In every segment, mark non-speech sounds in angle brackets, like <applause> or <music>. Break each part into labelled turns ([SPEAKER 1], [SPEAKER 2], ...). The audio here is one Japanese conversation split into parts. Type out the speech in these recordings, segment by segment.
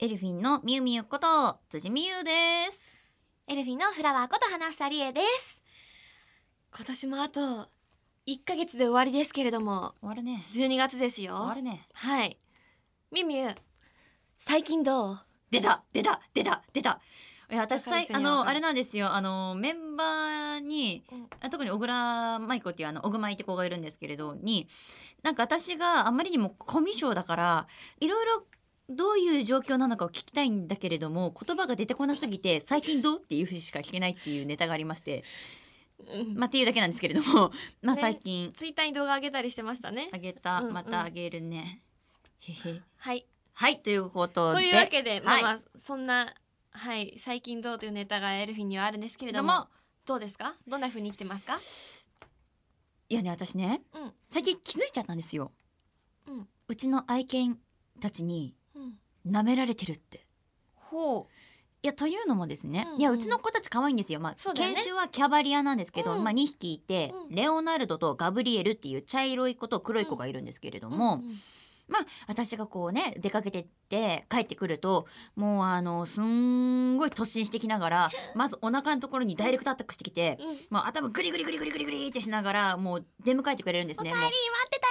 [SPEAKER 1] エルフィンのみゆみゆこと辻美優です
[SPEAKER 2] エルフィンのフラワーこと花房理恵です今年もあと1ヶ月で終わりですけれども
[SPEAKER 1] 終わるね
[SPEAKER 2] 12月ですよ
[SPEAKER 1] 終わるね
[SPEAKER 2] はいミミュ最近どう
[SPEAKER 1] 出た出た出た出たいや私さ
[SPEAKER 2] わか
[SPEAKER 1] い
[SPEAKER 2] る人
[SPEAKER 1] あ
[SPEAKER 2] にはわ
[SPEAKER 1] の
[SPEAKER 2] かる
[SPEAKER 1] あれなんですよあのメンバーに
[SPEAKER 2] うん
[SPEAKER 1] あ特に小倉舞子っていうあの小倉いって子がいるんですけれどになんか私があまりにもコミュ障だからいろいろどういう状況なのかを聞きたいんだけれども言葉が出てこなすぎて最近どうっていうふうしか聞けないっていうネタがありましてまあっていうだけなんですけれどもまあ
[SPEAKER 2] ね
[SPEAKER 1] 最近
[SPEAKER 2] ツイッターに動画上げたりしてましたね
[SPEAKER 1] あげた
[SPEAKER 2] うんうん
[SPEAKER 1] またあげるねへへ
[SPEAKER 2] はい
[SPEAKER 1] はいということで
[SPEAKER 2] というわけで、ま
[SPEAKER 1] は
[SPEAKER 2] あ
[SPEAKER 1] い
[SPEAKER 2] まあそんなはい最近どうというネタがエルフィンにはあるんですけれ
[SPEAKER 1] け
[SPEAKER 2] ど
[SPEAKER 1] ど
[SPEAKER 2] も
[SPEAKER 1] も
[SPEAKER 2] どうですかどんな風に生きてますか
[SPEAKER 1] いやね私ね
[SPEAKER 2] うん
[SPEAKER 1] 最近気づいちゃったんですよ
[SPEAKER 2] うん
[SPEAKER 1] うちの愛犬たちに
[SPEAKER 2] うん
[SPEAKER 1] 舐められてるって
[SPEAKER 2] ほ
[SPEAKER 1] いやというのもですね、
[SPEAKER 2] うんうん
[SPEAKER 1] いやうちの子たち可愛いんですよ,、まあ
[SPEAKER 2] そうだよ
[SPEAKER 1] 犬
[SPEAKER 2] ね
[SPEAKER 1] 種はキャバリアなんですけど、
[SPEAKER 2] うん
[SPEAKER 1] まあ、2匹いて、
[SPEAKER 2] うん
[SPEAKER 1] レオナルドとガブリエルっていう茶色い子と黒い子がいるんですけれど
[SPEAKER 2] う
[SPEAKER 1] も、
[SPEAKER 2] んん
[SPEAKER 1] まあ私がこうね出かけてって帰ってくるともうあのすんごい突進してきながらまずお腹のところにダイレクトアタックしてきて、
[SPEAKER 2] うん
[SPEAKER 1] まあ、頭グリグリグリグリグリグリってしながらもう出迎えてくれるんですね。もう
[SPEAKER 2] ってた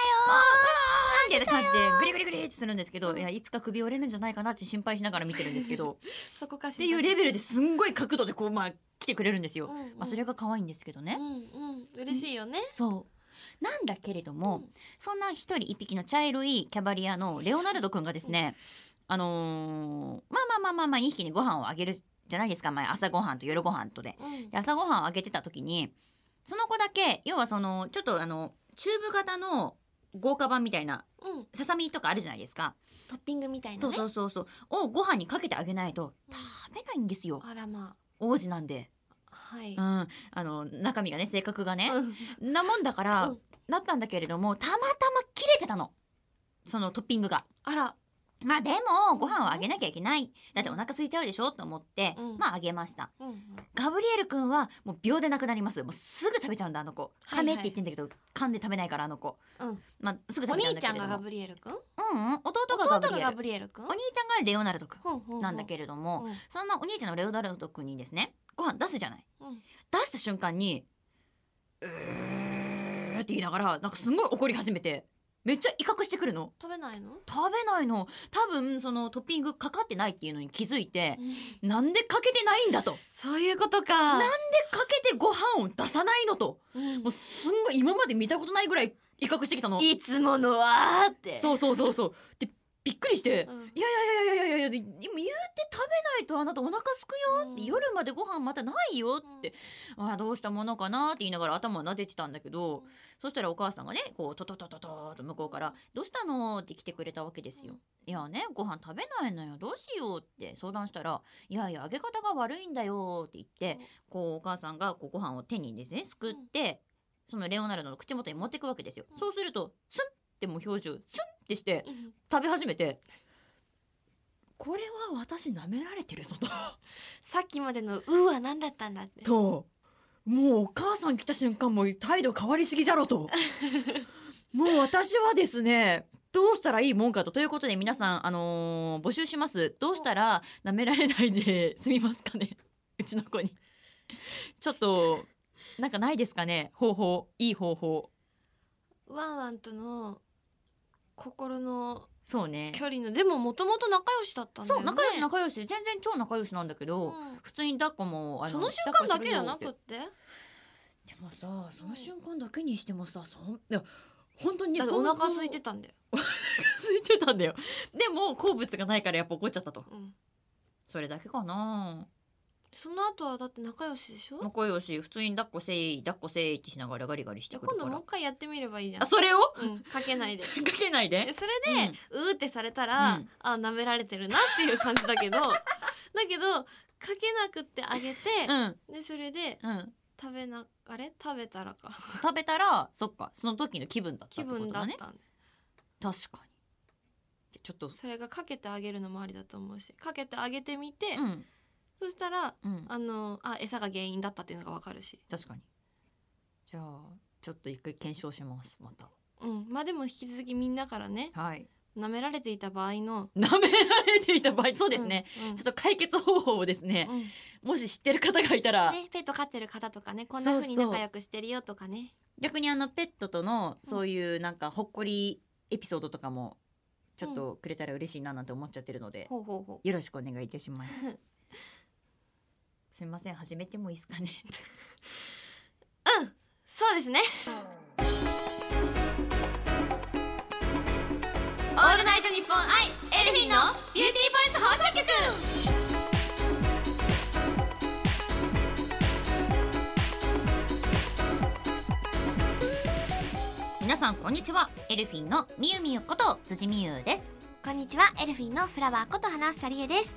[SPEAKER 1] みたいな感じでグリグリグリってするんですけど、
[SPEAKER 2] うん
[SPEAKER 1] いやいつか首折れるんじゃないかなって心配しながら見てるんですけど。
[SPEAKER 2] <laughs> そこか
[SPEAKER 1] っ
[SPEAKER 2] して
[SPEAKER 1] いうレベルですんごい角度でこうまあ来てくれるんですよ。
[SPEAKER 2] うんうん
[SPEAKER 1] まあそれが可愛いんですけどね。
[SPEAKER 2] うんうん嬉しいよね
[SPEAKER 1] そうなんだけれども、
[SPEAKER 2] うん
[SPEAKER 1] そんな一人一匹の茶色いキャバリアのレオナルドくんがですね、あのーまあまあまあまあまあ2匹にご飯をあげるじゃないですか、まあ、朝ご飯と夜ご飯とで。
[SPEAKER 2] うん
[SPEAKER 1] で朝ご飯をあげてた時にその子だけ要はそのちょっとあのチューブ型の豪華版みたいな
[SPEAKER 2] うん
[SPEAKER 1] ささみとかあるじゃないですか。
[SPEAKER 2] トッピングみたいな
[SPEAKER 1] そ
[SPEAKER 2] ね
[SPEAKER 1] うそうそうそうをご飯にかけてあげないと食べないんですよ
[SPEAKER 2] あらま
[SPEAKER 1] 王子なんで。
[SPEAKER 2] あはい
[SPEAKER 1] うん、あの中身がね性格がね、
[SPEAKER 2] うん
[SPEAKER 1] なもんだから、
[SPEAKER 2] うん
[SPEAKER 1] だったんだけれどもたまたま切れてたのそのトッピングが。
[SPEAKER 2] あら
[SPEAKER 1] まあでもご飯をあげなきゃいけないだってお腹空いちゃうでしょと思って、
[SPEAKER 2] うん
[SPEAKER 1] まああげました
[SPEAKER 2] うんうん
[SPEAKER 1] ガブリエル君はもう秒でなくなりますもうすぐ食べちゃうんだあの子
[SPEAKER 2] は
[SPEAKER 1] 噛
[SPEAKER 2] いはい
[SPEAKER 1] めって言ってんだけど、噛んで食べないからあの子、
[SPEAKER 2] うん
[SPEAKER 1] まあすぐ
[SPEAKER 2] お
[SPEAKER 1] 食べちゃうん
[SPEAKER 2] 兄
[SPEAKER 1] だ
[SPEAKER 2] ちゃ
[SPEAKER 1] け
[SPEAKER 2] ん
[SPEAKER 1] れど
[SPEAKER 2] が
[SPEAKER 1] も
[SPEAKER 2] ガブリエルくん
[SPEAKER 1] うんうん弟
[SPEAKER 2] 弟
[SPEAKER 1] が
[SPEAKER 2] が
[SPEAKER 1] ガブリエ
[SPEAKER 2] ガ
[SPEAKER 1] ル
[SPEAKER 2] ブリエルくん
[SPEAKER 1] お兄ちゃんがレオナルド君
[SPEAKER 2] ほうほうほう
[SPEAKER 1] なんだけれども、
[SPEAKER 2] うん
[SPEAKER 1] そんなお兄ちゃんのレオナルド君にですねご飯出すじゃない、
[SPEAKER 2] うん
[SPEAKER 1] 出した瞬間に「うー」って言いながらなんかすんごい怒り始めてめっちゃ威嚇してくるの
[SPEAKER 2] 食べないの
[SPEAKER 1] 食べないの多分そのトッピングかかってないっていうのに気づいて、なんでかけてないんだとで
[SPEAKER 2] そういうこと
[SPEAKER 1] な
[SPEAKER 2] か
[SPEAKER 1] んかけてご飯を出さないのと
[SPEAKER 2] うん
[SPEAKER 1] もうすんごい今まで見たことないぐらい威嚇してきたの
[SPEAKER 2] いつものはーって
[SPEAKER 1] そうそうそうそうでびっくりして、
[SPEAKER 2] うん
[SPEAKER 1] いやいやいやいやいやいやでも言うて食べないとあなたお腹すくよって、
[SPEAKER 2] うん
[SPEAKER 1] 夜までご飯またないよって、ああどうしたものかなって言いながら頭を撫でてたんだけど、
[SPEAKER 2] うん
[SPEAKER 1] そしたらお母さんがねこうトトトトトーと向こうから「どうしたの?」って来てくれたわけですよ。
[SPEAKER 2] うん
[SPEAKER 1] いやねご飯食べないのよどうしようって相談したら「いやいや揚げ方が悪いんだよ」って言って、
[SPEAKER 2] うん
[SPEAKER 1] こうお母さんがこうご飯を手にですねすくって、そのレオナルドの口元に持ってくわけですよ。
[SPEAKER 2] うん
[SPEAKER 1] そうするとスンってもう表情スンってして
[SPEAKER 2] うん
[SPEAKER 1] 食べ始めてこれは私舐められてるぞと
[SPEAKER 2] さっきまでの「う」は何だったんだって
[SPEAKER 1] ともうお母さん来た瞬間もう態度変わりすぎじゃろと <laughs> もう私はですねどうしたらいいもんかとということで皆さん、あのー募集しますどうしたら舐められないで <laughs> 済みますかねうちの子 <laughs> にちょっとなんかないですかね方法いい方法
[SPEAKER 2] ワンワンとの心の
[SPEAKER 1] そうね
[SPEAKER 2] 距離のでももともと仲良しだったんだ
[SPEAKER 1] そ
[SPEAKER 2] よ
[SPEAKER 1] う
[SPEAKER 2] ね
[SPEAKER 1] 仲良し仲良し全然超仲良しなんだけど、
[SPEAKER 2] うん
[SPEAKER 1] 普通に抱っこもあ
[SPEAKER 2] その瞬間だけじゃなく
[SPEAKER 1] て
[SPEAKER 2] って
[SPEAKER 1] でもさその瞬間だけにしてもさそんいや本当に
[SPEAKER 2] だって
[SPEAKER 1] そ
[SPEAKER 2] お
[SPEAKER 1] んな
[SPEAKER 2] 腹空いて
[SPEAKER 1] そ
[SPEAKER 2] たんだよ、
[SPEAKER 1] う空いてたんだよでも好物がないからやっぱ怒っちゃったと
[SPEAKER 2] うん、
[SPEAKER 1] それだけかな
[SPEAKER 2] その後はだって仲良しでしょ
[SPEAKER 1] 仲良し普通に抱っこせい抱っこせいってしながらガリガリして
[SPEAKER 2] じゃあ
[SPEAKER 1] くるか
[SPEAKER 2] 今度もう
[SPEAKER 1] ら
[SPEAKER 2] 一回やってみればいいじゃん
[SPEAKER 1] あそれを <laughs> か
[SPEAKER 2] うん、か
[SPEAKER 1] <laughs>
[SPEAKER 2] けないで
[SPEAKER 1] けないで
[SPEAKER 2] えそれで、うーってされたら、
[SPEAKER 1] うん
[SPEAKER 2] あ舐められてるなっていう感じだけど <laughs> だけどかけなくってあげて、
[SPEAKER 1] うん
[SPEAKER 2] でそれで
[SPEAKER 1] うん
[SPEAKER 2] 食べなあれ食べたらか
[SPEAKER 1] 食べたらそっかその時の気分だった
[SPEAKER 2] 気
[SPEAKER 1] ってこ
[SPEAKER 2] 分
[SPEAKER 1] と
[SPEAKER 2] だ
[SPEAKER 1] だ
[SPEAKER 2] っ
[SPEAKER 1] ね
[SPEAKER 2] たんだ
[SPEAKER 1] 確かにじゃちょっと
[SPEAKER 2] それがかけてあげるのもありだと思うしかけてあげてみて、
[SPEAKER 1] うん
[SPEAKER 2] そしたら
[SPEAKER 1] うん
[SPEAKER 2] あのあ餌が原因だったっていうのがわかるし
[SPEAKER 1] 確かにじゃあちょっと一回検証しますまた
[SPEAKER 2] うんまあでも引き続きみんなからね
[SPEAKER 1] はい
[SPEAKER 2] 舐められていた場合の
[SPEAKER 1] 舐められていた場合そうですね、、
[SPEAKER 2] うんうん
[SPEAKER 1] ちょっと解決方法をですね、
[SPEAKER 2] うん
[SPEAKER 1] もし知ってる方がいたら、
[SPEAKER 2] ね、ペット飼ってる方とかねこんな風に
[SPEAKER 1] そうそう
[SPEAKER 2] 仲良くしてるよとかね
[SPEAKER 1] 逆にあのペットとのそういうなんかほっこりエピソードとかもちょっとくれたら嬉しいななんて思っちゃってるので、
[SPEAKER 2] ほうほうほ
[SPEAKER 1] よろしくお願いいたします。 <laughs> すみません始めてもいいですかね。
[SPEAKER 2] ううんそうです <laughs> ねオールナイトニッポンアイエルフィンのビューティーボイス放送局
[SPEAKER 1] 皆さんこんにちはエルフィンのみゆみゆこと辻みゆです。
[SPEAKER 2] こんにちはエルフィンのフラワーこと花さりえです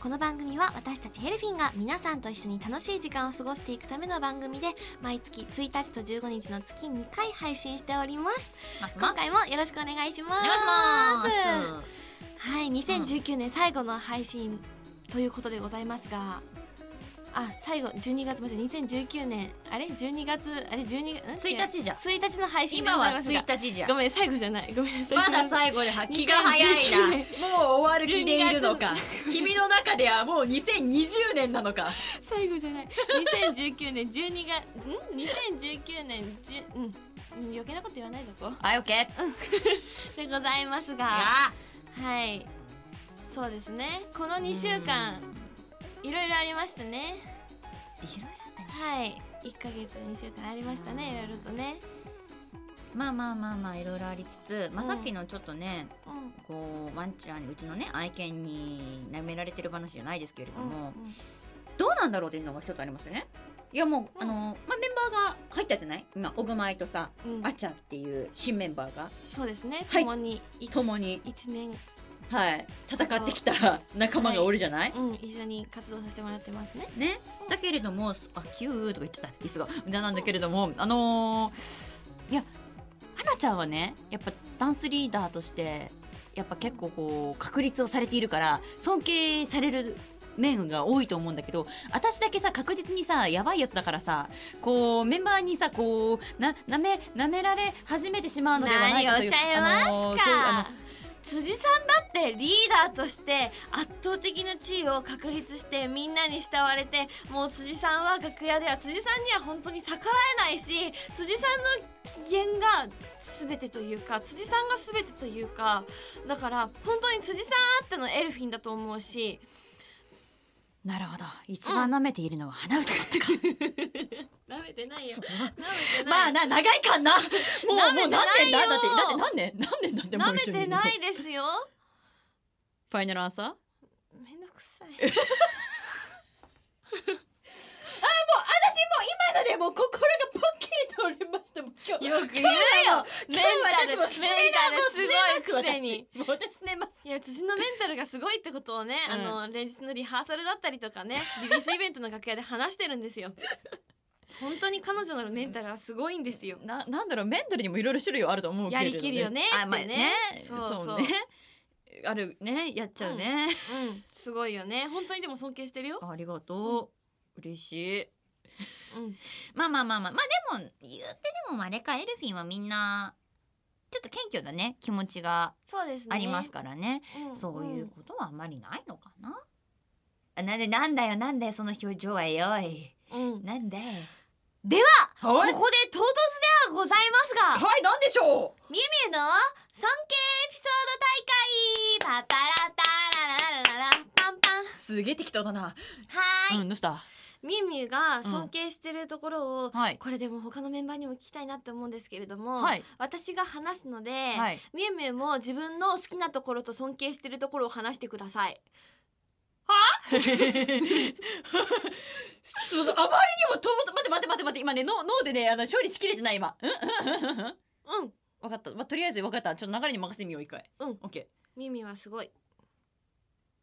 [SPEAKER 2] この番組は私たちエルフィンが皆さんと一緒に楽しい時間を過ごしていくための番組で毎月1日と15日の月2回配信しております
[SPEAKER 1] ますま
[SPEAKER 2] 今
[SPEAKER 1] す
[SPEAKER 2] 回もよろしくお願いしま
[SPEAKER 1] お
[SPEAKER 2] す
[SPEAKER 1] 願いします。
[SPEAKER 2] はい、2019年最後の配信ということでございますが、あ、最後12月まで2019年あれ12月あれ12月
[SPEAKER 1] 1日じゃ
[SPEAKER 2] 1日の配信で
[SPEAKER 1] 今
[SPEAKER 2] ござい
[SPEAKER 1] は
[SPEAKER 2] ますが
[SPEAKER 1] 1日じゃ
[SPEAKER 2] ご。めん最後じゃないごめんなさい
[SPEAKER 1] まだ最後で気が早いな。もう終わる気でいるのか。君の中ではもう2020年なのか。
[SPEAKER 2] 最後じゃない2019年12月ん2019年10うんうん余計なこと言わないとこ
[SPEAKER 1] はい、オッケー。
[SPEAKER 2] でございますが
[SPEAKER 1] あ、
[SPEAKER 2] はいそうですねこの2週間いろいろありましたね
[SPEAKER 1] いろいろあったね。
[SPEAKER 2] はい1ヶ月2週間ありましたねいろいろとね
[SPEAKER 1] まあまあまあまあいろいろありつつ、まあ
[SPEAKER 2] うん
[SPEAKER 1] さっきのちょっとね、
[SPEAKER 2] うん
[SPEAKER 1] こうワンちゃんうちのね愛犬に舐められてる話じゃないですけれど
[SPEAKER 2] うん
[SPEAKER 1] も、どうなんだろうっていうのが一つありましたね。いやもう、あ
[SPEAKER 2] うん
[SPEAKER 1] のまあメンバーが入ったじゃない？今オグマイとさ、
[SPEAKER 2] うんうん
[SPEAKER 1] アチャっていう新メンバーが
[SPEAKER 2] そうですね
[SPEAKER 1] はい
[SPEAKER 2] 共にい
[SPEAKER 1] 共に
[SPEAKER 2] 一年、
[SPEAKER 1] はい戦ってきた仲間がおるじゃない？
[SPEAKER 2] うん、一緒に活動させてもらってますね
[SPEAKER 1] ね、だけれども「あキュー」とか言っちゃった椅子がなんだけれどもあのーいや花ちゃんはねやっぱダンスリーダーとしてやっぱ結構こう確立をされているから尊敬される面が多いと思うんだけど私だけさ確実にさやばいやつだからさこうメンバーにさこうななめなめられ始めてしまうのではないかという
[SPEAKER 2] 何をおっしゃいますか、
[SPEAKER 1] あのーそういうあの
[SPEAKER 2] 辻さんだってリーダーとして圧倒的な地位を確立してみんなに慕われてもう辻さんは楽屋では辻さんには本当に逆らえないし辻さんの機嫌が全てというか辻さんが全てというかだから本当に辻さんあってのエルフィンだと思うし
[SPEAKER 1] なるほど一番舐めているのは花歌だったか、
[SPEAKER 2] なめてないよ
[SPEAKER 1] <laughs> まあな長いかな。もうもう何
[SPEAKER 2] 舐め
[SPEAKER 1] 年
[SPEAKER 2] て
[SPEAKER 1] だだ
[SPEAKER 2] ないよ
[SPEAKER 1] ってだって何年何年だっても
[SPEAKER 2] な
[SPEAKER 1] う
[SPEAKER 2] め
[SPEAKER 1] 一緒に
[SPEAKER 2] て
[SPEAKER 1] るの
[SPEAKER 2] ないですよ
[SPEAKER 1] ファイナルアンサー？
[SPEAKER 2] めんどくさい
[SPEAKER 1] 私もう今のでもう心がポッキリと折れましたもん今日。
[SPEAKER 2] よく言
[SPEAKER 1] 今
[SPEAKER 2] うよ
[SPEAKER 1] 日は今日
[SPEAKER 2] メンタル
[SPEAKER 1] は私もすねだもうすねます
[SPEAKER 2] すごいくせに
[SPEAKER 1] 私もう私すねます。
[SPEAKER 2] いや辻のメンタルがすごいってことをね、
[SPEAKER 1] うん
[SPEAKER 2] あの連日のリハーサルだったりとかねリリースイベントの楽屋で話してるんですよ <laughs> 本当に彼女のメンタルはすごいんですよ
[SPEAKER 1] ななんだろうメンタルにもいろいろ種類はあると思うけれど、ね、
[SPEAKER 2] やりきるよね
[SPEAKER 1] あまあ
[SPEAKER 2] ってね
[SPEAKER 1] ね
[SPEAKER 2] そうそう
[SPEAKER 1] そうねあるねやっちゃうね、
[SPEAKER 2] うんすごいよね本当にでも尊敬してるよ、
[SPEAKER 1] ありがとう、嬉しい
[SPEAKER 2] うん、
[SPEAKER 1] まあまあまあまあまあでも言うてでもあれかエルフィンはみんなちょっと謙虚だね気持ちが
[SPEAKER 2] そうですね
[SPEAKER 1] あります、からね
[SPEAKER 2] ん
[SPEAKER 1] そういうことはあまりないのかな、あなんでなんだよなんだよその表情はよい
[SPEAKER 2] うん、うん
[SPEAKER 1] なんだよ
[SPEAKER 2] で
[SPEAKER 1] は
[SPEAKER 2] ここ
[SPEAKER 1] は
[SPEAKER 2] で
[SPEAKER 1] い
[SPEAKER 2] 唐突ではございますが
[SPEAKER 1] なんでしょう
[SPEAKER 2] ミュウミュウの尊敬エピソード大会パタラタラララララパンパンは
[SPEAKER 1] すげえ適当だな、
[SPEAKER 2] ーい、
[SPEAKER 1] うんどうした
[SPEAKER 2] ミュウミュウが尊敬してるところを、
[SPEAKER 1] はい
[SPEAKER 2] これでも他のメンバーにも聞きたいなって思うんですけれども、
[SPEAKER 1] はい
[SPEAKER 2] 私が話すので、
[SPEAKER 1] はい
[SPEAKER 2] みゆみゆも自分の好きなところと尊敬してるところを話してください
[SPEAKER 1] そうそうあまりにもと待って待って待って待って今ね脳脳でねあの処理しきれてない今うん
[SPEAKER 2] うん
[SPEAKER 1] 分かった、まあ、とりあえず分かったちょっと流れに任せてみよう一回
[SPEAKER 2] うん
[SPEAKER 1] オッケー
[SPEAKER 2] みゆみゆはすごい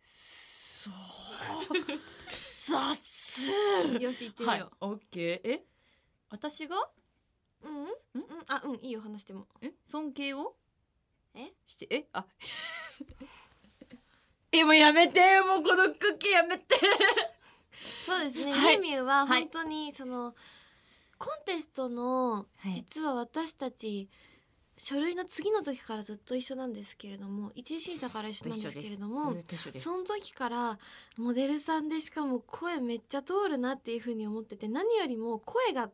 [SPEAKER 1] そう <laughs> 雑
[SPEAKER 2] よし言ってみ
[SPEAKER 1] はい
[SPEAKER 2] よ
[SPEAKER 1] オッケーえ私が
[SPEAKER 2] う、うんうんうんあうんいいよ話しても
[SPEAKER 1] ん尊敬を
[SPEAKER 2] え
[SPEAKER 1] してえあ <laughs> えもうやめてもうこのクッキーやめて
[SPEAKER 2] そうですね、
[SPEAKER 1] はい
[SPEAKER 2] みゆみゆは
[SPEAKER 1] はい
[SPEAKER 2] 本当にその、コンテストの
[SPEAKER 1] はい
[SPEAKER 2] 実は私たち書類の次の時からずっと一緒なんですけれども一次審査から一緒なんですけれども
[SPEAKER 1] ずっと一緒です
[SPEAKER 2] その時からモデルさんでしかも声めっちゃ通るなっていうふうに思ってて何よりも声が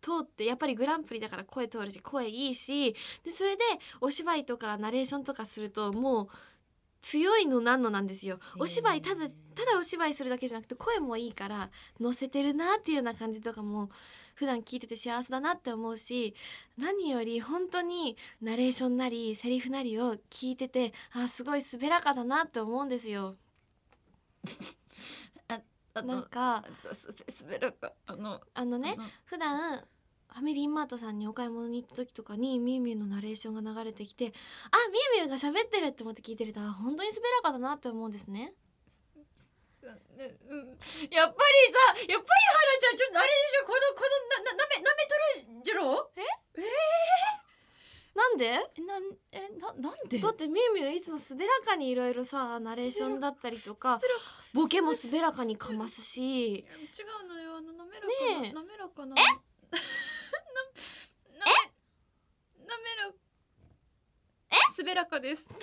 [SPEAKER 2] 通ってやっぱりグランプリだから声通るし声いいしでそれでお芝居とかナレーションとかするともう強いのなんのなんですよお芝居ただただお芝居するだけじゃなくて声もいいから乗せてるなっていうような感じとかも普段聞いてて幸せだなって思うし何より本当にナレーションなりセリフなりを聞いててあすごい滑らかだなって思うんですよ。
[SPEAKER 1] あ
[SPEAKER 2] なん
[SPEAKER 1] の
[SPEAKER 2] か
[SPEAKER 1] すす滑らかあの
[SPEAKER 2] あのね
[SPEAKER 1] あの
[SPEAKER 2] 普段ファミリーマートさんにお買い物に行った時とかにみゆみゆのナレーションが流れてきてあみゆみゆが喋ってるって思って聞いてるとあ本当に滑らかだなって思うんですね。
[SPEAKER 1] ねうんやっぱりさやっぱり花ちゃんちょっとあれでしょこのこのなななめなめとるじゃろ
[SPEAKER 2] なんで
[SPEAKER 1] なんえななんで
[SPEAKER 2] だってみゆみゆいつも滑らかにいろいろさナレーションだったりとかボケも滑らかにかますし
[SPEAKER 1] 違うのよあの滑ら
[SPEAKER 2] ねえ
[SPEAKER 1] な滑らか <laughs> なえなえ滑らえ滑らかです
[SPEAKER 2] <laughs> ど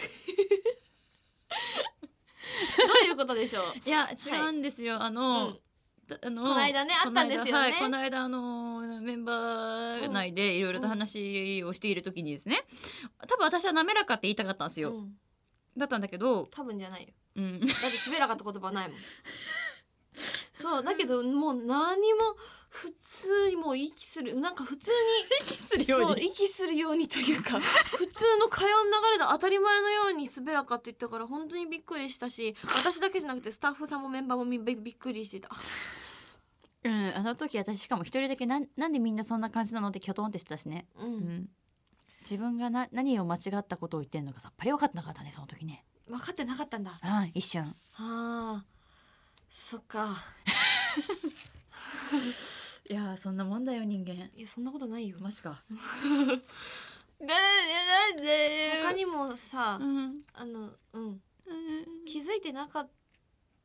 [SPEAKER 2] ういうことでしょう
[SPEAKER 1] <laughs> いや違うんですよ、あの、
[SPEAKER 2] うん
[SPEAKER 1] たあの
[SPEAKER 2] <laughs> この間ねあったんです
[SPEAKER 1] こ
[SPEAKER 2] よね
[SPEAKER 1] の間はい、この間あのメンバー内でいろいろと話をしている時にですね、多分私は滑らかって言いたかったんですよ、
[SPEAKER 2] うん
[SPEAKER 1] だったんだけど、
[SPEAKER 2] 多分じゃないよ
[SPEAKER 1] <laughs> うん、
[SPEAKER 2] だって滑らかって言葉ないもんそうだけどもう何も普通にもう息するなんか普通
[SPEAKER 1] 息す
[SPEAKER 2] にそう息するようにというか普通の会話の流れで当たり前のように滑らかって言ったから本当にびっくりしたし私だけじゃなくてスタッフさんもメンバーもみびびっくりしてたあ
[SPEAKER 1] <laughs> うん、あの時私しかも一人だけなんなんでみんなそんな感じなのってキョトンってしてたしね、
[SPEAKER 2] うん、
[SPEAKER 1] うん、自分がな何を間違ったことを言ってんのかさっぱり分かってなかったねその時ね
[SPEAKER 2] 分かってなかったんだ
[SPEAKER 1] あ一瞬
[SPEAKER 2] あーそっか
[SPEAKER 1] いやーそんなもんだよ人間
[SPEAKER 2] いやそんなことないよ
[SPEAKER 1] マジか
[SPEAKER 2] なんで他にもさ、
[SPEAKER 1] ん
[SPEAKER 2] あのうん気づいてなかっ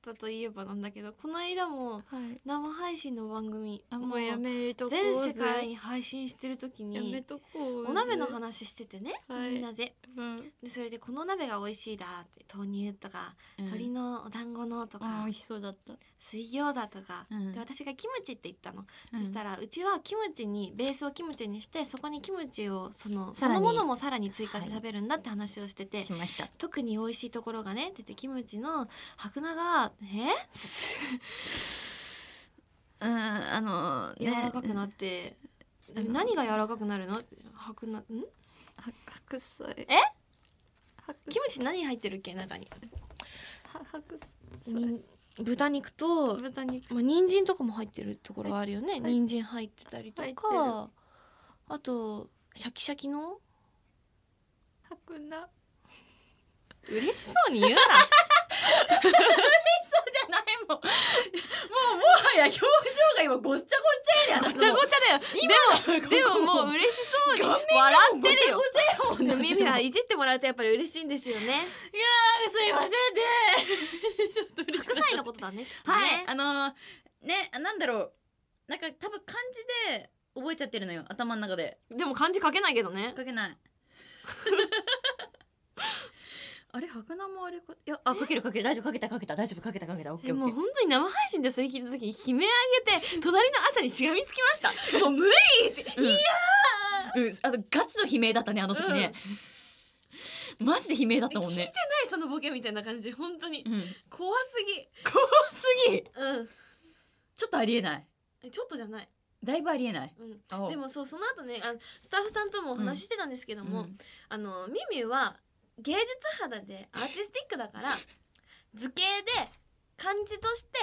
[SPEAKER 2] たといえばなんだけどこの間も
[SPEAKER 1] はい
[SPEAKER 2] 生配信の番組
[SPEAKER 1] あもうやめとこ
[SPEAKER 2] 全
[SPEAKER 1] うぜ
[SPEAKER 2] 世界に配信してる時
[SPEAKER 1] やめ
[SPEAKER 2] に
[SPEAKER 1] とこうぜ
[SPEAKER 2] お鍋の話しててね、
[SPEAKER 1] はい
[SPEAKER 2] みんなで
[SPEAKER 1] うん
[SPEAKER 2] でそれでこの鍋が美味しいだって豆乳とか、鶏のお団子のと
[SPEAKER 1] うん
[SPEAKER 2] か
[SPEAKER 1] 美味しそうだった
[SPEAKER 2] 水餃子とか、
[SPEAKER 1] うん
[SPEAKER 2] で私がキムチって言ったの、そしたらうちはキムチにベースをキムチにしてそこにキムチをその
[SPEAKER 1] さ
[SPEAKER 2] そ
[SPEAKER 1] らに
[SPEAKER 2] のものもさらに追加して
[SPEAKER 1] はい
[SPEAKER 2] 食べるんだって話をしてて、
[SPEAKER 1] うんしました
[SPEAKER 2] 特に美味しいところがねって言ってキムチの白菜がえ
[SPEAKER 1] うんあの
[SPEAKER 2] 柔らかくなって、
[SPEAKER 1] ね
[SPEAKER 2] 何が柔らかくなるの白菜ん
[SPEAKER 1] 白菜
[SPEAKER 2] え
[SPEAKER 1] 白
[SPEAKER 2] キムチ何入ってるっけ中に
[SPEAKER 1] 白菜
[SPEAKER 2] に豚肉と、
[SPEAKER 1] 豚肉
[SPEAKER 2] まあ、人参とかも入ってるところはあるよね、
[SPEAKER 1] い
[SPEAKER 2] 人参入ってたりと
[SPEAKER 1] 入って
[SPEAKER 2] かあとシャキシャキの
[SPEAKER 1] 白菜
[SPEAKER 2] 嬉しそうに言うな
[SPEAKER 1] そうじゃないもん。もうもはや表情が今ごっちゃごっちゃやね。
[SPEAKER 2] <laughs> ごちゃごちゃだよ
[SPEAKER 1] ちゃ。今
[SPEAKER 2] でももう嬉しそうに笑ってるよ
[SPEAKER 1] ごちゃごちゃやもんね。
[SPEAKER 2] 耳はいじってもらうとやっぱり嬉しいんですよね
[SPEAKER 1] いやーすいませんね。ちょっと嬉しく
[SPEAKER 2] <laughs> 白
[SPEAKER 1] なっち
[SPEAKER 2] 菜
[SPEAKER 1] ゃ
[SPEAKER 2] の
[SPEAKER 1] っ
[SPEAKER 2] ことだねきったとね
[SPEAKER 1] はい。あのーねなんだろうなんか多分漢字で覚えちゃってるのよ頭の中で
[SPEAKER 2] でも漢字書けないけどね
[SPEAKER 1] 書けない。あれ白菜もあれかいやあ書ける書ける大丈夫書けた書けた大丈夫書けた書けたオッケ
[SPEAKER 2] え
[SPEAKER 1] ーオ
[SPEAKER 2] も
[SPEAKER 1] ッ
[SPEAKER 2] う
[SPEAKER 1] ケー。
[SPEAKER 2] 本当に生配信でそれ聞いた時に悲鳴あげて <laughs> 隣の朝にしがみつきましたもう無理って
[SPEAKER 1] いやー、うん、あとガチの悲鳴だったねあの時ね、マジで悲鳴だったもん
[SPEAKER 2] 聞い
[SPEAKER 1] ね
[SPEAKER 2] てないそのボケみたいな感じ本当に
[SPEAKER 1] うん、
[SPEAKER 2] 怖すぎ
[SPEAKER 1] 怖すぎ
[SPEAKER 2] うん
[SPEAKER 1] ちょっとありえない
[SPEAKER 2] えちょっとじゃない、
[SPEAKER 1] だいぶありえない
[SPEAKER 2] うん、
[SPEAKER 1] 青
[SPEAKER 2] でもそうその後ねあスタッフさんともお話ししてたんですけども、
[SPEAKER 1] うん
[SPEAKER 2] あのミミは芸術肌でアーティスティックだから
[SPEAKER 1] <laughs>
[SPEAKER 2] 図形で漢字として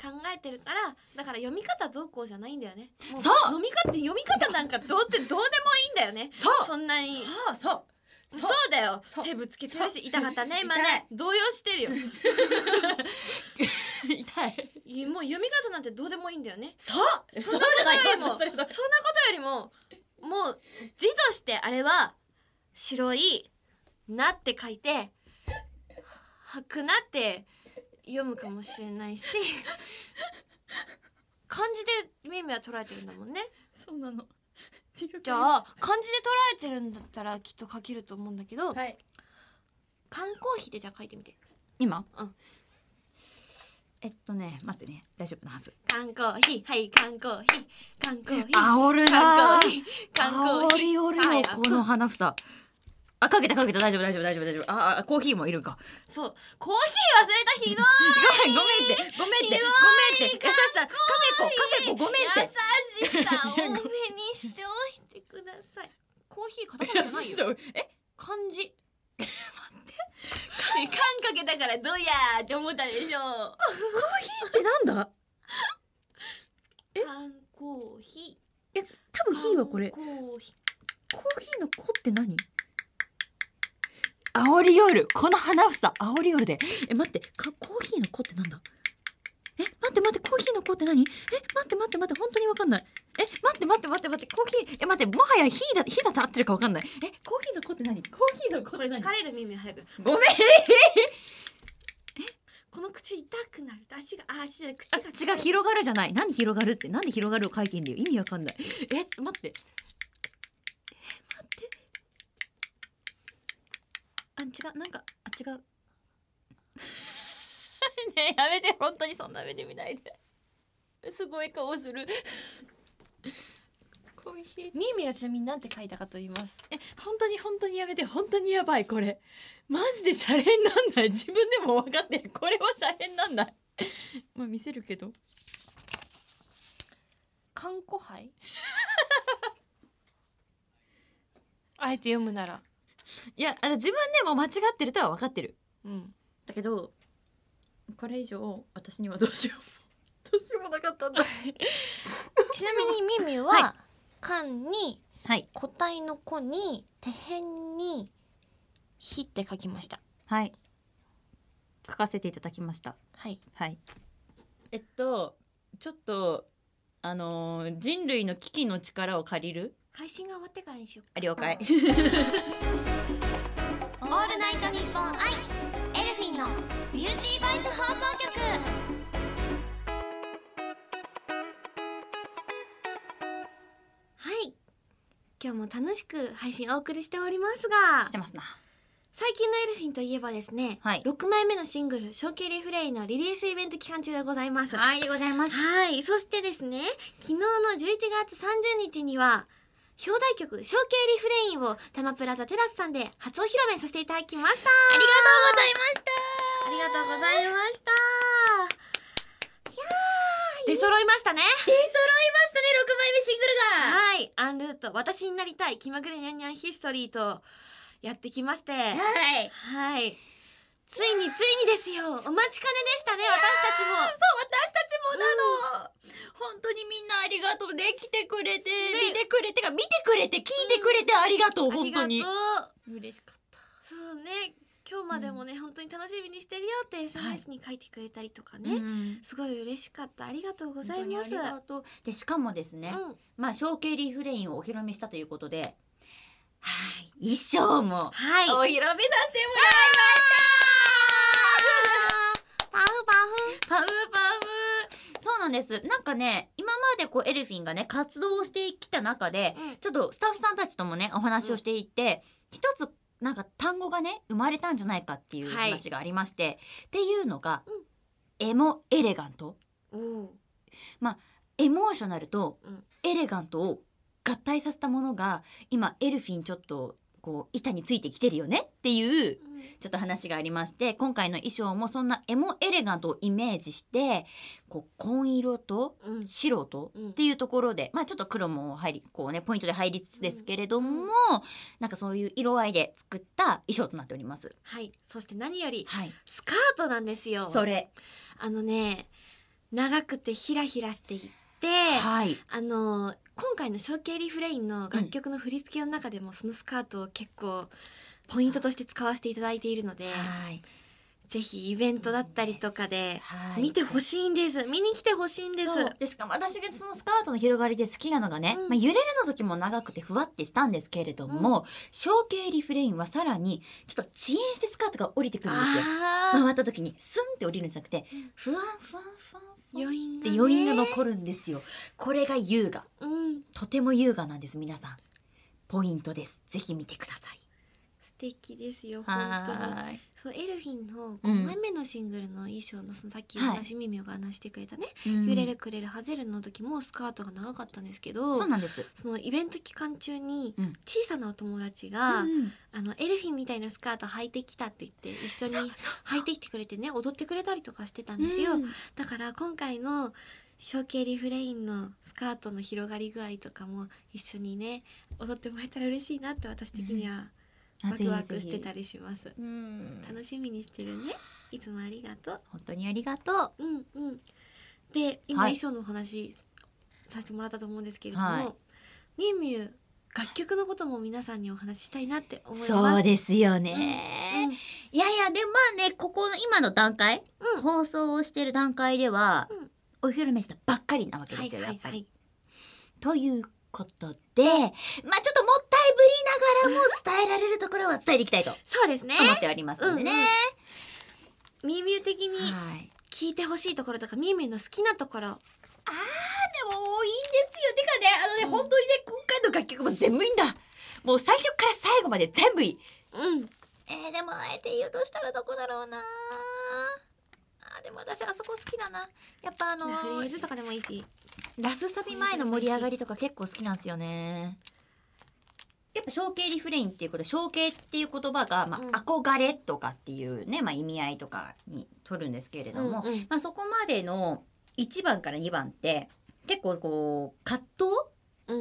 [SPEAKER 2] 考えてるからだから読み方どうこうじゃないんだよねも
[SPEAKER 1] そう
[SPEAKER 2] 飲み方読み方なんかどうってどうでもいいんだよね
[SPEAKER 1] そう
[SPEAKER 2] そんなに
[SPEAKER 1] そうそう
[SPEAKER 2] そう
[SPEAKER 1] そう
[SPEAKER 2] だよ
[SPEAKER 1] そう
[SPEAKER 2] 手ぶつけてるし痛かったね今
[SPEAKER 1] 痛い
[SPEAKER 2] ね動揺してるよ
[SPEAKER 1] 痛い
[SPEAKER 2] いもう読み方なんてどうでもいいんだよね
[SPEAKER 1] そう
[SPEAKER 2] そんなことない
[SPEAKER 1] そうじゃない
[SPEAKER 2] そんなことよりももう字としてあれは白い「な」って書いて「はくな」って読むかもしれな
[SPEAKER 1] <laughs>
[SPEAKER 2] いし漢字でミミは捉えてるんだもんね
[SPEAKER 1] そうなの
[SPEAKER 2] じゃあ漢字で捉えてるんだったらきっと書けると思うんだけど、
[SPEAKER 1] はい
[SPEAKER 2] 缶コーヒーでじゃあ書いてみて
[SPEAKER 1] 今、
[SPEAKER 2] うん
[SPEAKER 1] えっとね待ってね大丈夫なはず
[SPEAKER 2] 缶コーヒーはい缶コーヒー缶コーヒー
[SPEAKER 1] 煽る
[SPEAKER 2] 缶
[SPEAKER 1] な
[SPEAKER 2] コーヒー缶コーヒー
[SPEAKER 1] りおる
[SPEAKER 2] は
[SPEAKER 1] よ
[SPEAKER 2] いあ
[SPEAKER 1] この花房あかけたかけた大丈夫大丈夫大丈夫大丈夫ああコーヒーもいるんか
[SPEAKER 2] そうコーヒー忘れたひどい
[SPEAKER 1] ごめんごめんってごめんってごめんって優しさカフェコカフェコごめんって
[SPEAKER 2] 優しさ多めにしておいてくださいコーヒーカタカナじ
[SPEAKER 1] <laughs>
[SPEAKER 2] ゃないよ
[SPEAKER 1] よえ
[SPEAKER 2] 漢
[SPEAKER 1] <laughs>
[SPEAKER 2] 字待って漢かけたからどうやーって思ったでしょ
[SPEAKER 1] ってなんだ
[SPEAKER 2] 缶コーヒ
[SPEAKER 1] え多
[SPEAKER 2] ー
[SPEAKER 1] 分ヒーはこれ
[SPEAKER 2] 缶コーヒ
[SPEAKER 1] コーヒーの「コ」って何煽り夜この花房煽り夜でえ待ってかコーヒーの「コ」ってなんだえ待って待ってコーヒーの「コ」って何え待って待って待って本当にわかんないえ待って待って待って待ってコーヒーえ待ってもはや「ヒーだ「ヒーだと合ってるかわかんないえコーヒーの「コ」って何コーヒーの「コ」って
[SPEAKER 2] ー
[SPEAKER 1] 何
[SPEAKER 2] 疲れる耳早く
[SPEAKER 1] ごめん
[SPEAKER 2] この口痛くなる足があ足じゃない口
[SPEAKER 1] あ
[SPEAKER 2] が
[SPEAKER 1] 違う広がるじゃない何広がるってなんで広がるを書いてんだよ意味わかんないえ待ってえ待ってあ違うなんかあ違う <laughs> ねえやめて本当にそんな目で見ないですごい顔するコーヒー
[SPEAKER 2] 耳はちなみに何て書いたかと言います
[SPEAKER 1] え本当に本当にやめて本当にやばいこれマジでシャレになんない自分でも分かってるこれはシャレになんないまあ見せるけど
[SPEAKER 2] 缶コ <laughs> 杯あえて読むなら
[SPEAKER 1] いやあの自分でも間違ってるとは分かってる
[SPEAKER 2] うん
[SPEAKER 1] だけどこれ以上私にはどうしようどうしようもなかったんだ
[SPEAKER 2] ちなみにミミは、
[SPEAKER 1] は
[SPEAKER 2] 缶に
[SPEAKER 1] はい
[SPEAKER 2] 個体の子に手辺に火って書きました
[SPEAKER 1] はい書かせていただきました
[SPEAKER 2] はい
[SPEAKER 1] はいえっとちょっとあのー人類の危機の力を借りる
[SPEAKER 2] 配信が終わってからにしよう
[SPEAKER 1] あ了 <laughs> 解
[SPEAKER 2] オールナイトニッポンアイエルフィンのビューティーバイス放送局はい今日も楽しく配信をお送りしておりますが
[SPEAKER 1] してますな
[SPEAKER 2] 最近のエルフィンといえばですね、
[SPEAKER 1] はい
[SPEAKER 2] 6枚目のシングル「ショーケリフレイ」のリリースイベント期間中でございます
[SPEAKER 1] はいでございま
[SPEAKER 2] はい、そしてですね、昨日の11月30日には、表題曲、ショーケーリフレインを多摩プラザテラスさんで初お披露目させていただきました。
[SPEAKER 1] あり
[SPEAKER 2] あ
[SPEAKER 1] が
[SPEAKER 2] りがとうございました。いやー、出揃いましたね。
[SPEAKER 1] とうございました出揃いましたね六枚目シングル
[SPEAKER 2] はい、アンルート、私になりたい、気まぐれにゃんにゃんヒストリーとやってきまして、
[SPEAKER 1] はい
[SPEAKER 2] はい。ついについにですよ、お待ちかねでしたね、私たちも。
[SPEAKER 1] そう私たちもなの、本当にみんなありがとうね来てくれて、見てくれてか見てくれて聞いてくれてありがとう、
[SPEAKER 2] あ
[SPEAKER 1] 本
[SPEAKER 2] りが
[SPEAKER 1] 当
[SPEAKER 2] と
[SPEAKER 1] に
[SPEAKER 2] う。
[SPEAKER 1] 嬉しかった
[SPEAKER 2] そうね今日までもね、本当に楽しみにしてるよって SNS に書いてくれたりとかね、
[SPEAKER 1] うん
[SPEAKER 2] すごい嬉しかったありがとうござい
[SPEAKER 1] 本当にあ
[SPEAKER 2] ます
[SPEAKER 1] りがとうでしかもですね、
[SPEAKER 2] うん、
[SPEAKER 1] まあショーケーリーフレインをお披露目したということではい衣装も
[SPEAKER 2] はい
[SPEAKER 1] お披露目させてもら
[SPEAKER 2] パフパフ
[SPEAKER 1] パフパフそうなんですなんかね今までこうエルフィンがね活動をしてきた中で、
[SPEAKER 2] うん
[SPEAKER 1] ちょっとスタッフさんたちともねお話をしていって、一つなんか単語がね生まれたんじゃないかっていう
[SPEAKER 2] はい
[SPEAKER 1] 話がありまして、っていうのが、エモエレガント
[SPEAKER 2] おう
[SPEAKER 1] エモーショナルと
[SPEAKER 2] うん
[SPEAKER 1] エレガントを合体させたものが今エルフィンちょっとこう板についてきてるよねっていうちょっと話がありまして今回の衣装もそんなエモエレガントをイメージしてこう紺色と
[SPEAKER 2] うんうん
[SPEAKER 1] 白と
[SPEAKER 2] うん
[SPEAKER 1] っていうところで、まあちょっと黒も入りこうねポイントで入りつつですけれども、
[SPEAKER 2] うん
[SPEAKER 1] なんかそういう色合いで作った衣装となっております。
[SPEAKER 2] はいそして何より
[SPEAKER 1] はい、
[SPEAKER 2] スカートなんですよ
[SPEAKER 1] それ、
[SPEAKER 2] あのね長くてひらひらしていて
[SPEAKER 1] はい、
[SPEAKER 2] あの今回の「ショーケーリフレイン」の楽曲の振り付けの中でも、そのスカートを結構ポイントとして使わせていただいているので
[SPEAKER 1] はい、
[SPEAKER 2] ぜひイベントだったりとかで
[SPEAKER 1] はい
[SPEAKER 2] 見てほしいんです見に来てほしいんです
[SPEAKER 1] そうでしかも私がそのスカートの広がりで好きなのがね、
[SPEAKER 2] うん
[SPEAKER 1] まあ、揺れるの時も長くてふわってしたんですけれども、小径リフレインはさらにちょっと遅延してスカートが降りてくるんですよ
[SPEAKER 2] あー
[SPEAKER 1] 回った時にスンって降りるんじゃなくてふわんふわんふわんふわんっ
[SPEAKER 2] 余韻
[SPEAKER 1] て
[SPEAKER 2] だね
[SPEAKER 1] 余韻が残るんですよこれが優雅
[SPEAKER 2] うん
[SPEAKER 1] とても優雅なんです皆さんポイントですぜひ見てください
[SPEAKER 2] 素敵ですよ本当に
[SPEAKER 1] い
[SPEAKER 2] そうエルフィンの
[SPEAKER 1] うん
[SPEAKER 2] 5枚目のシングルの衣装のそのさっき
[SPEAKER 1] はい
[SPEAKER 2] 話みみょが話してくれたね「
[SPEAKER 1] 揺
[SPEAKER 2] 揺れるくれるはぜる」の時もスカートが長かったんですけど
[SPEAKER 1] そうなんです
[SPEAKER 2] そのイベント期間中に
[SPEAKER 1] うん
[SPEAKER 2] 小さなお友達が
[SPEAKER 1] うんうん
[SPEAKER 2] あのエルフィンみたいなスカート履いてきたって言って一緒に履いてきてくれてね踊ってくれたりとかしてたんですよ、
[SPEAKER 1] うん
[SPEAKER 2] だから今回の象形リフレインのスカートの広がり具合とかも一緒にね踊ってもらえたら嬉しいなって私的には
[SPEAKER 1] あ
[SPEAKER 2] ワクワ
[SPEAKER 1] ぜ
[SPEAKER 2] ク
[SPEAKER 1] ひ
[SPEAKER 2] し
[SPEAKER 1] ぜ
[SPEAKER 2] て
[SPEAKER 1] ひ
[SPEAKER 2] たりします
[SPEAKER 1] うん
[SPEAKER 2] 楽しみにしてるねいつもありがとう
[SPEAKER 1] 本当にありがとう
[SPEAKER 2] うんうんで今
[SPEAKER 1] はい
[SPEAKER 2] 衣装のお話させてもらったと思うんですけれども、
[SPEAKER 1] はい
[SPEAKER 2] みゆみゆ楽曲のことも皆さんにお話ししたいなって思います
[SPEAKER 1] そうですよね、
[SPEAKER 2] うん
[SPEAKER 1] いやいやでもまあねここの今の段階、
[SPEAKER 2] うん
[SPEAKER 1] 放送をしてる段階では、
[SPEAKER 2] うん
[SPEAKER 1] お披露目したばっかりなわけ
[SPEAKER 2] は
[SPEAKER 1] で
[SPEAKER 2] い
[SPEAKER 1] すよ、
[SPEAKER 2] は
[SPEAKER 1] や
[SPEAKER 2] い
[SPEAKER 1] っぱ
[SPEAKER 2] は
[SPEAKER 1] り。
[SPEAKER 2] い
[SPEAKER 1] ということでまあちょっともったいぶりながらも伝えられるところは伝えていきたいと
[SPEAKER 2] そうですね
[SPEAKER 1] 思っておりますのでね。
[SPEAKER 2] みゆみゆ的に
[SPEAKER 1] はい
[SPEAKER 2] 聞いてほしいところとかみゆみゆの好きなところ
[SPEAKER 1] でも多いんですよ。てかね、あのね、本当にね、今回の楽曲も全部いいんだ。もう最初から最後まで全部いい。
[SPEAKER 2] うん
[SPEAKER 1] えー、でもあえて言うとしたらどこだろうな。あーでも私あそこ好きだな。やっぱあの
[SPEAKER 2] フレーズとかでもいいし
[SPEAKER 1] ラスサビ前の盛り上がりとか結構好きなんですよね。やっぱ象形リフレインっていうこと象形っていう言葉が、ま
[SPEAKER 2] うん
[SPEAKER 1] あ、憧れとかっていうね、まあ、意味合いとかに取るんですけれども、
[SPEAKER 2] うんうん
[SPEAKER 1] まあ、そこまでの1番から2番って結構こう葛藤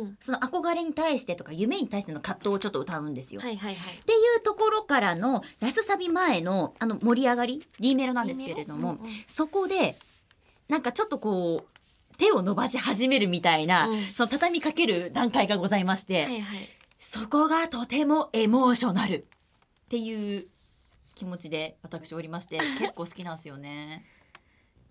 [SPEAKER 2] うん
[SPEAKER 1] その憧れに対してとか夢に対しての葛藤をちょっと歌うんですよ。
[SPEAKER 2] はいはいはい
[SPEAKER 1] っていうところからのラスサビ前のあの盛り上がり D メロなんですけれども、
[SPEAKER 2] うんうん
[SPEAKER 1] そこでなんかちょっとこう手を伸ばし始めるみたいな、
[SPEAKER 2] うん
[SPEAKER 1] その畳みかける段階がございまして、
[SPEAKER 2] はいはい
[SPEAKER 1] そこがとてもエモーショナルっていう気持ちで私おりまして
[SPEAKER 2] <laughs>
[SPEAKER 1] 結構好きなんですよね。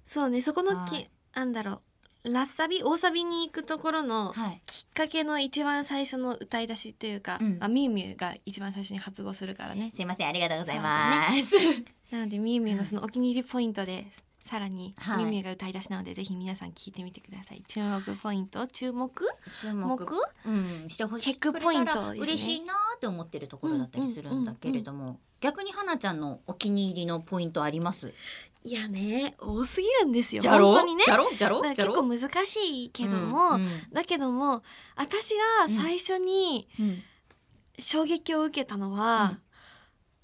[SPEAKER 2] そうねそこの
[SPEAKER 1] は
[SPEAKER 2] き
[SPEAKER 1] い
[SPEAKER 2] なんだろうラッサビ大サビに行くところの <laughs>
[SPEAKER 1] はい、
[SPEAKER 2] きっかけの一番最初の歌い出しというか、
[SPEAKER 1] うん
[SPEAKER 2] あみゆみゆが一番最初に発語するからね
[SPEAKER 1] すいませんありがとうございます。 <laughs>
[SPEAKER 2] なのでみゆみゆのそのお気に入りポイントでさらに
[SPEAKER 1] はい
[SPEAKER 2] みゆみゆが歌い出しなので、ぜひ皆さん聞いてみてください注目ポイント注目
[SPEAKER 1] 注
[SPEAKER 2] 目
[SPEAKER 1] 目うん、してほしい
[SPEAKER 2] チェックポイントですね
[SPEAKER 1] 嬉しいなーって思ってるところだったりするんだけれども、逆に花ちゃんのお気に入りのポイントあります
[SPEAKER 2] いやね多すぎるんですよ
[SPEAKER 1] じゃろ
[SPEAKER 2] 本当にね
[SPEAKER 1] じゃろじゃろ
[SPEAKER 2] だ
[SPEAKER 1] じ
[SPEAKER 2] か
[SPEAKER 1] ゃ
[SPEAKER 2] ら
[SPEAKER 1] ろ
[SPEAKER 2] 結構難しいけども、
[SPEAKER 1] うん
[SPEAKER 2] だけども私が最初に
[SPEAKER 1] うん
[SPEAKER 2] 衝撃を受けたのは、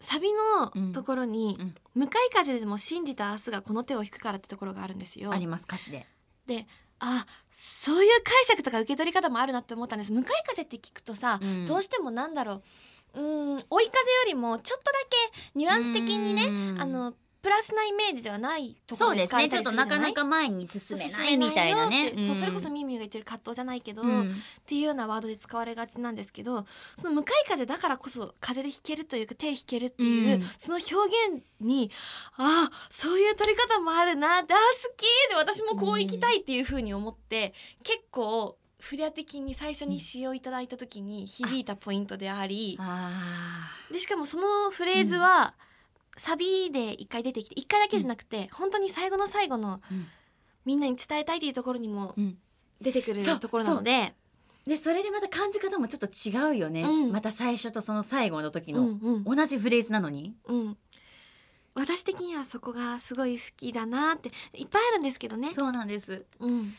[SPEAKER 2] サビのところに、
[SPEAKER 1] うん
[SPEAKER 2] 向かい風でも信じた明日がこの手を引くからってところがあるんですよ。
[SPEAKER 1] あります歌詞で
[SPEAKER 2] であそういう解釈とか受け取り方もあるなって思ったんです向かい風って聞くとさ、
[SPEAKER 1] うん
[SPEAKER 2] どうしてもなんだろううん追い風よりもちょっとだけニュアンス的にね、
[SPEAKER 1] うん
[SPEAKER 2] あのプラスなイメージではないとこ
[SPEAKER 1] そ
[SPEAKER 2] ろ
[SPEAKER 1] う
[SPEAKER 2] で
[SPEAKER 1] で
[SPEAKER 2] 使
[SPEAKER 1] す
[SPEAKER 2] わ
[SPEAKER 1] ね
[SPEAKER 2] れ
[SPEAKER 1] ち
[SPEAKER 2] た
[SPEAKER 1] ょっ
[SPEAKER 2] りす
[SPEAKER 1] と
[SPEAKER 2] るじゃ
[SPEAKER 1] な
[SPEAKER 2] な
[SPEAKER 1] かな
[SPEAKER 2] い
[SPEAKER 1] か前に進めないみたいなね
[SPEAKER 2] 進めよってそうそれこそ
[SPEAKER 1] うん
[SPEAKER 2] ミミが言ってる葛藤じゃないけど、
[SPEAKER 1] うん
[SPEAKER 2] っていうようなワードで使われがちなんですけどその向かい風だからこそ風で弾けるというか手弾けるっていう、
[SPEAKER 1] うん
[SPEAKER 2] その表現にああそういう取り方もあるなであー好きで私もこう行きたいっていう風に思って、結構フレア的に最初に使用いただいた時に響いたポイントであり
[SPEAKER 1] あ
[SPEAKER 2] でしかもそのフレーズは、サビで一回出てきて一回だけじゃなくて、本当に最後の最後の
[SPEAKER 1] ー
[SPEAKER 2] みんなに伝えたいっていうところにも
[SPEAKER 1] うん
[SPEAKER 2] 出てくる
[SPEAKER 1] そう
[SPEAKER 2] ところなので
[SPEAKER 1] でそれでまた感じ方もちょっと違うよね、
[SPEAKER 2] うん
[SPEAKER 1] また最初とその最後の時
[SPEAKER 2] う
[SPEAKER 1] の、
[SPEAKER 2] んうん
[SPEAKER 1] 同じフレーズなのに
[SPEAKER 2] うん私的にはそこがすごい好きだなっていっぱいあるんですけどね
[SPEAKER 1] そうなんです
[SPEAKER 2] うん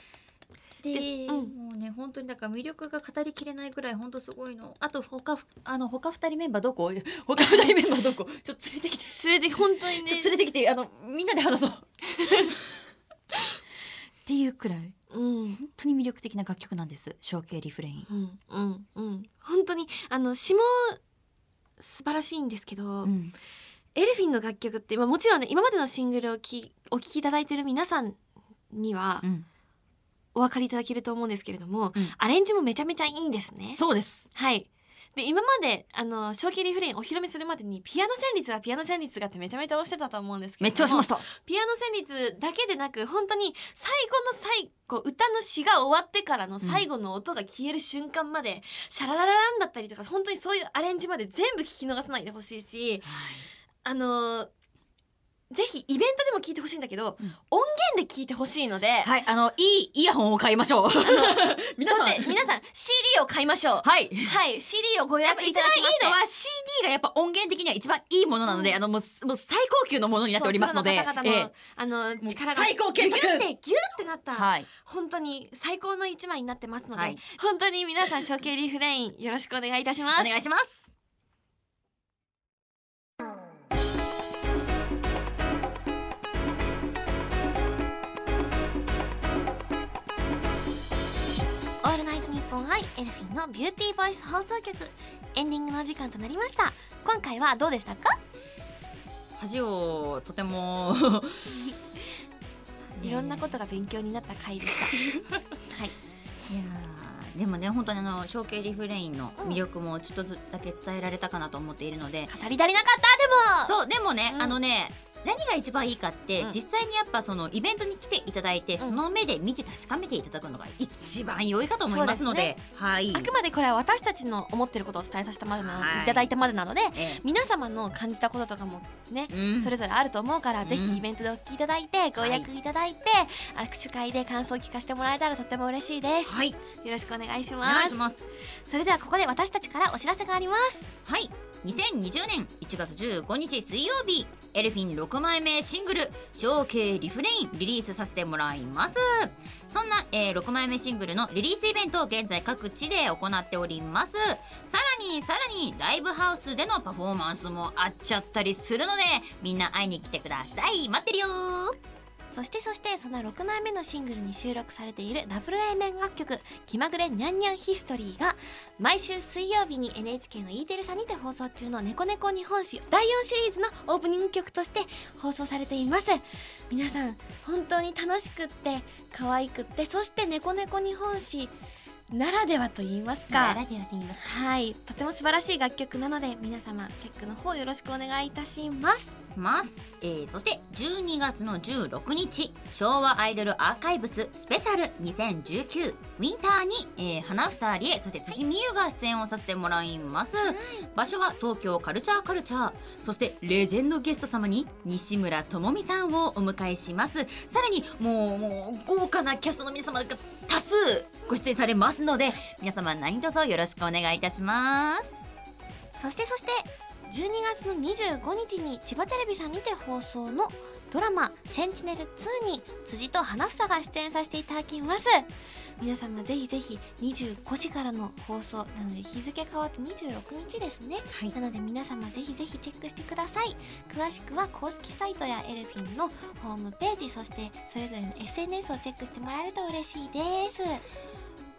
[SPEAKER 1] で
[SPEAKER 2] でうん
[SPEAKER 1] もうね本当にだから魅力が語りきれないぐらい本当すごいのあと他あの他二人メンバーどこ他二
[SPEAKER 2] <laughs>
[SPEAKER 1] 人メンバーどこちょっと連れてきて
[SPEAKER 2] 連れて本当にね
[SPEAKER 1] ちょっと連れてきてあのみんなで話そうっていうくらい
[SPEAKER 2] うん
[SPEAKER 1] 本当に魅力的な楽曲なんです「象形リフレイン
[SPEAKER 2] うんうんうん本当にあの詩も素晴らしいんですけど、」
[SPEAKER 1] うん
[SPEAKER 2] エルフィンの楽曲って、まあ、もちろんね今までのシングルをきお聴きいただいてる皆さんには
[SPEAKER 1] うん
[SPEAKER 2] お分かりいただけると思うんですけれども、
[SPEAKER 1] うん
[SPEAKER 2] アレンジもめちゃめちゃいいんですね。
[SPEAKER 1] そうです
[SPEAKER 2] はいで今まであの正気リフレインお披露目するまでにピアノ旋律がピアノ旋律がってめちゃめちゃ押してたと思うんですけ
[SPEAKER 1] め
[SPEAKER 2] れども
[SPEAKER 1] っちゃ押しました
[SPEAKER 2] ピアノ旋律だけでなく本当に最後の最後歌の詩が終わってからの最後の音が消える瞬間まで、シャラララランだったりとか本当にそういうアレンジまで全部聞き逃さないでほしいし、あのーぜひイベントでも聞いてほしいんだけど、
[SPEAKER 1] うん
[SPEAKER 2] 音源で聞いてほしいので、
[SPEAKER 1] はいあのいいイヤホンを買いましょう皆さん
[SPEAKER 2] そして皆さん CD を買いましょう。
[SPEAKER 1] はい
[SPEAKER 2] はい、CD をご予
[SPEAKER 1] やっぱ一
[SPEAKER 2] 約い
[SPEAKER 1] 番
[SPEAKER 2] ただ
[SPEAKER 1] い
[SPEAKER 2] きまし
[SPEAKER 1] い
[SPEAKER 2] て
[SPEAKER 1] のは CD がやっぱ音源的には一番いいものなので、
[SPEAKER 2] うん
[SPEAKER 1] あのもうすもう最高級のものになっておりますので
[SPEAKER 2] そうプロの方々の、
[SPEAKER 1] え
[SPEAKER 2] あ
[SPEAKER 1] も
[SPEAKER 2] の
[SPEAKER 1] う
[SPEAKER 2] 力が
[SPEAKER 1] 最高傑作
[SPEAKER 2] ギュってギュってなっ
[SPEAKER 1] え
[SPEAKER 2] た、
[SPEAKER 1] はい
[SPEAKER 2] 本当に最高の一枚になってますので、
[SPEAKER 1] はい
[SPEAKER 2] 本当に皆さん処刑リフレインよろしくお願いいたします
[SPEAKER 1] お願いします
[SPEAKER 2] オールナイトニッポンアイエルフィンのビューティーボイス放送局エンディングのお時間となりました今回はどうでしたか
[SPEAKER 1] 恥をとても
[SPEAKER 2] <laughs> いろんなことが勉強になった回
[SPEAKER 1] <laughs>
[SPEAKER 2] でした、はい、
[SPEAKER 1] いやーでもね本当にあの象形リフレインの魅力もちょっとずつだけ伝えられたかなと思っているので、
[SPEAKER 2] 語り足りなかったでも
[SPEAKER 1] そうでもね、
[SPEAKER 2] うん
[SPEAKER 1] あのね何が一番いいかって、
[SPEAKER 2] うん
[SPEAKER 1] 実際にやっぱそのイベントに来ていただいて、
[SPEAKER 2] ん
[SPEAKER 1] その目で見て確かめていただくのが一番良いかと思いますので
[SPEAKER 2] そう
[SPEAKER 1] はい
[SPEAKER 2] あくまでこれは私たちの思ってることを伝えさせたまでなの、
[SPEAKER 1] はい
[SPEAKER 2] いただいたまでなので
[SPEAKER 1] え
[SPEAKER 2] 皆様の感じたこととかもね
[SPEAKER 1] えうん
[SPEAKER 2] それぞれあると思うから、
[SPEAKER 1] うん
[SPEAKER 2] ぜひイベントでお聞きいただいてご予約いただいて、握手会で感想を聞かせてもらえたらとても嬉しいです、
[SPEAKER 1] はい
[SPEAKER 2] よろしくお願いし
[SPEAKER 1] お
[SPEAKER 2] ます
[SPEAKER 1] 願いします
[SPEAKER 2] それではここで私たちからお知らせがあります
[SPEAKER 1] はい2020年1月15日水曜日エルフィン6枚目シングル「象形リフレイン」リリースさせてもらいますそんな、えー6枚目シングルのリリースイベントを現在各地で行っておりますさらにさらにライブハウスでのパフォーマンスもあっちゃったりするのでみんな会いに来てください待ってるよ
[SPEAKER 2] そしてそしてその6枚目のシングルに収録されているダブル A 面楽曲「気まぐれにゃんにゃんヒストリー」が毎週水曜日に NHK の E テレさんにて放送中の「猫猫日本史」第4シリーズのオープニング曲として放送されています皆さん本当に楽しくって可愛くってそして「猫猫日本史」ならではと言いますか
[SPEAKER 1] ではでいます
[SPEAKER 2] はいとても素晴らしい楽曲なので皆様チェックの方よろしくお願いいたします
[SPEAKER 1] ます、えーそして12月の16日昭和アイドルアーカイブススペシャル2019ウィンターに、えー花房理恵そして辻美優が出演をさせてもらいます、場所は東京カルチャーカルチャーそしてレジェンドゲスト様に西村智美さんをお迎えしますさらにもうもう豪華なキャストの皆様が多数ご出演されますので皆様何卒よろしくお願いいたします
[SPEAKER 2] そしてそして12月の25日に千葉テレビさんにて放送のドラマ「センチネル2」に辻と花房が出演させていただきます皆様ぜひぜひ25時からの放送なので日付変わって26日ですね
[SPEAKER 1] はい
[SPEAKER 2] なので皆様ぜひぜひチェックしてください詳しくは公式サイトやエルフィンのホームページそしてそれぞれの SNS をチェックしてもらえると嬉しいです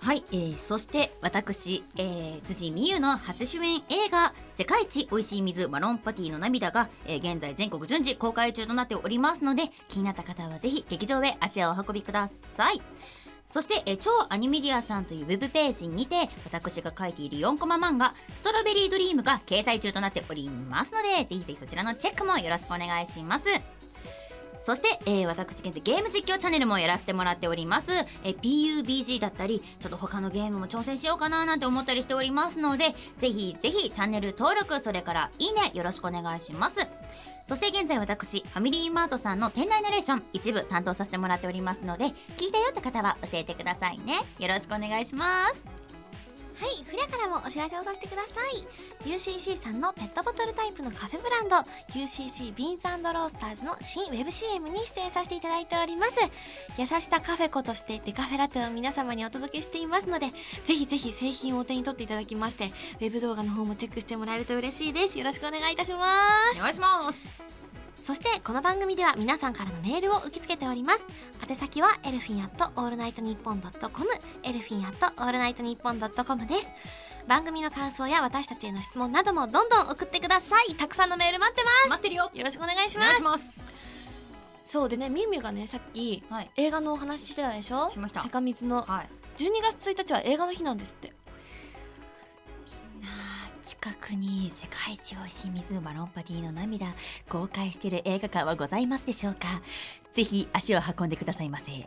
[SPEAKER 1] はい、えーそして私、えー辻美優の初主演映画「世界一おいしい水マロンパティの涙が」えー現在全国順次公開中となっておりますので気になった方はぜひ劇場へ足をお運びくださいそして、えー超アニメディアさんというウェブページにて私が書いている4コマ漫画「ストロベリードリーム」が掲載中となっておりますのでぜひぜひそちらのチェックもよろしくお願いしますそして、えー私現在ゲーム実況チャンネルもやらせてもらっております、えー PUBG だったりちょっと他のゲームも挑戦しようかななんて思ったりしておりますのでぜひぜひチャンネル登録それからいいねよろしくお願いしますそして現在私ファミリーマートさんの店内ナレーション一部担当させてもらっておりますので聞いたよって方は教えてくださいねよろしくお願いします
[SPEAKER 2] はい、フレアからもお知らせをさせてください UCC さんのペットボトルタイプのカフェブランド UCC ビーンズロースターズの新ウェブ CM に出演させていただいております優しさカフェ子としてデカフェラテを皆様にお届けしていますのでぜひぜひ製品をお手に取っていただきましてウェブ動画の方もチェックしてもらえると嬉しいですよろしくお願いいたします
[SPEAKER 1] お願いします
[SPEAKER 2] そしてこの番組では皆さんからのメールを受け付けております宛先はエルフィンアットオールナイトニッポンドットコムエルフィンアットオールナイトニッポンドットコムです番組の感想や私たちへの質問などもどんどん送ってくださいたくさんのメール待ってます
[SPEAKER 1] 待ってるよ
[SPEAKER 2] よろしくお願いし
[SPEAKER 1] お
[SPEAKER 2] ま
[SPEAKER 1] 願い
[SPEAKER 2] す
[SPEAKER 1] します
[SPEAKER 2] そうでねみゆみゆがねさっき
[SPEAKER 1] はい
[SPEAKER 2] 映画のお話ししてたでしょ
[SPEAKER 1] しました
[SPEAKER 2] セカミツの
[SPEAKER 1] はい
[SPEAKER 2] 12月1日は映画の日なんですってみんな
[SPEAKER 1] 近くに世界一美味しい水マロンパティの涙公開している映画館はございますでしょうかぜひ足を運んでくださいませ
[SPEAKER 2] 12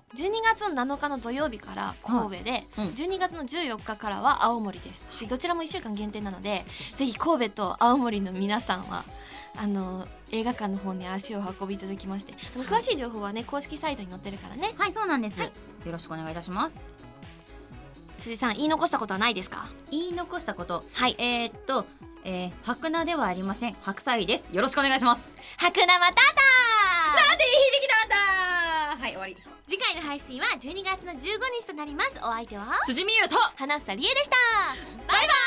[SPEAKER 2] 月の7日の土曜日から神戸で、
[SPEAKER 3] うん
[SPEAKER 2] 12月の14日からは青森です、でどちらも1週間限定なのでぜひ神戸と青森の皆さんはあの映画館の方に足を運びいただきましてあの詳しい情報はね公式サイトに載ってるからね
[SPEAKER 1] はいそうなんです、
[SPEAKER 3] よろしくお願いいたします
[SPEAKER 2] 辻さん言い残したことはないですか
[SPEAKER 1] 言い残したこと
[SPEAKER 2] はい
[SPEAKER 1] えー、っと、えー、白菜ではありません白菜 <laughs> ですよろしくお願いします
[SPEAKER 2] 白生また
[SPEAKER 1] なんでいい響きなんだはい終わり
[SPEAKER 2] 次回の配信は12月の15日となりますお相手は
[SPEAKER 1] 辻美優と
[SPEAKER 2] 花房理恵でしたバイバイ